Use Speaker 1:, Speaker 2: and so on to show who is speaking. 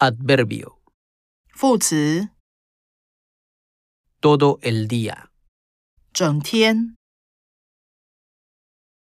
Speaker 1: Adverbio.
Speaker 2: 副词
Speaker 1: Todo el día.
Speaker 2: 整天。